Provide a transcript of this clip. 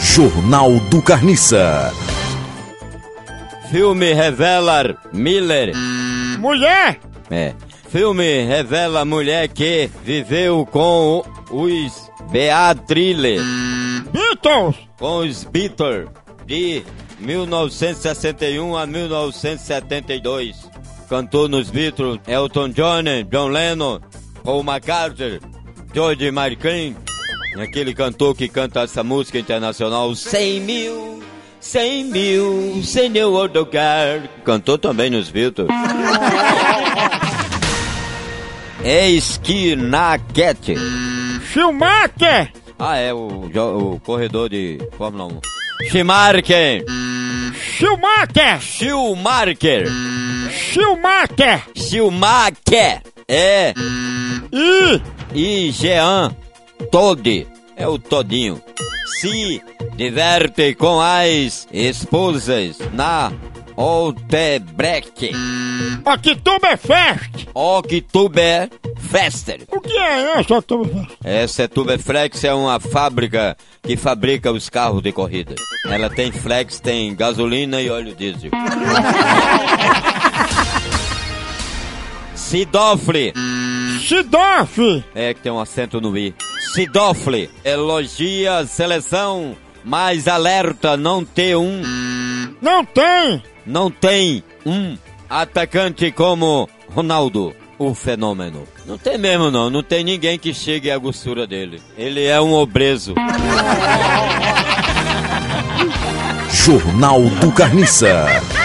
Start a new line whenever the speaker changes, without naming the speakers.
Jornal do Carniça.
Filme revela Miller.
Mulher!
É. Filme revela mulher que viveu com os Beatrille,
Beatles!
com os Beatles de 1961 a 1972. Cantou nos Beatles Elton John, John Lennon, Paul McCartney, George Martin, aquele cantor que canta essa música internacional 100 mil. 100 mil, senhor Odogar. Cantou também nos Beatles. Eis que na Cat.
Schumacher!
Ah, é o, jo- o corredor de Fórmula 1. Schumacher!
Schumacher!
Schumacher!
Schumacher!
Schumacher! É!
E
E Jean Todd. É o Todinho. Se diverte com as esposas na Otebrecht.
Oktoberfest!
Oktober Fester.
O que é isso, Oktoberfest?
Essa é Tuberflex é uma fábrica que fabrica os carros de corrida. Ela tem flex, tem gasolina e óleo diesel. Sidofle,
Sidorf!
é que tem um acento no i. Sidofle, elogia a seleção, mas alerta, não ter um,
Não tem!
não tem um atacante como Ronaldo. O fenômeno. Não tem mesmo não, não tem ninguém que chegue à gostura dele. Ele é um obeso.
Jornal do Carniça.